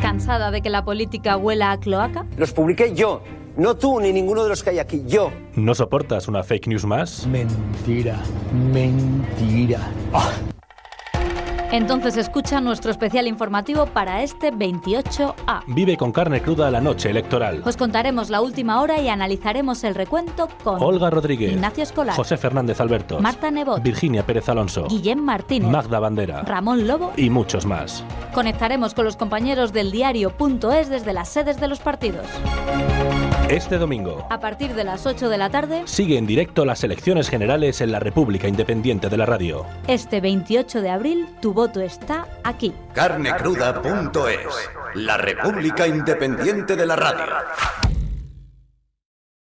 ¿Cansada de que la política huela a cloaca? Los publiqué yo, no tú ni ninguno de los que hay aquí, yo. ¿No soportas una fake news más? Mentira, mentira. ¡Ah! Entonces escucha nuestro especial informativo para este 28A. Vive con carne cruda la noche electoral. Os contaremos la última hora y analizaremos el recuento con Olga Rodríguez, Ignacio Escolar, José Fernández Alberto, Marta Nebot, Virginia Pérez Alonso, Guillem Martínez, Magda Bandera, Ramón Lobo y muchos más. Conectaremos con los compañeros del diario.es desde las sedes de los partidos. Este domingo, A partir de las 8 de la tarde, sigue en directo las elecciones generales en la República Independiente de la Radio. este 28 de abril, tu voto está aquí. Carnecruda.es, la República Independiente de la Radio.